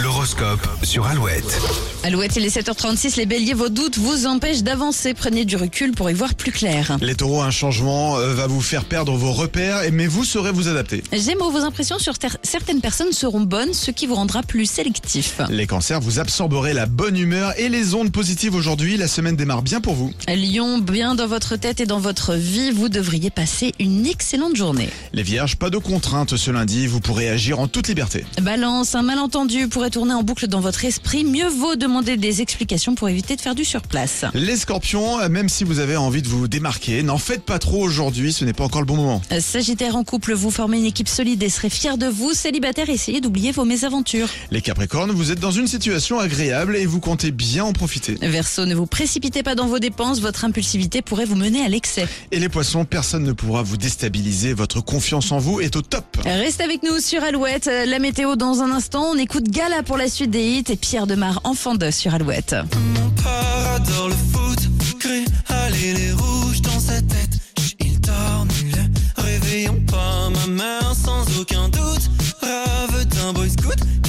L'horoscope sur Alouette. Alouette, il est 7h36, les béliers, vos doutes vous empêchent d'avancer, prenez du recul pour y voir plus clair. Les taureaux, un changement euh, va vous faire perdre vos repères, et- mais vous saurez vous adapter. Gémeaux, vos impressions sur ter- certaines personnes seront bonnes, ce qui vous rendra plus sélectif. Les cancers, vous absorberez la bonne humeur et les ondes positives aujourd'hui. La semaine démarre bien pour vous. Lion, bien dans votre tête et dans votre vie, vous devriez passer une excellente journée. Les vierges, pas de contraintes ce lundi. Vous pourrez agir en toute liberté. Balance, un malentendu pourrait tourner en boucle dans votre esprit, mieux vaut demander des explications pour éviter de faire du surplace. Les scorpions, euh, même si vous avez envie de vous démarquer, n'en faites pas trop aujourd'hui. Ce n'est pas encore le bon moment. Sagittaire en couple, vous formez une équipe solide et serez fier de vous. Célibataire, essayez d'oublier vos mésaventures. Les capricornes, vous êtes dans une situation agréable et vous comptez bien en profiter. Verseau, ne vous précipitez pas dans vos dépenses, votre impulsivité pourrait vous mener à l'excès. Et les poissons, personne ne pourra vous déstabiliser. Votre confiance en vous est au top. Reste avec nous sur Alouette, Euh, la météo dans un instant, on écoute Gala pour la suite des hits et Pierre Demar, enfant de sur Alouette. Mon père adore le foot.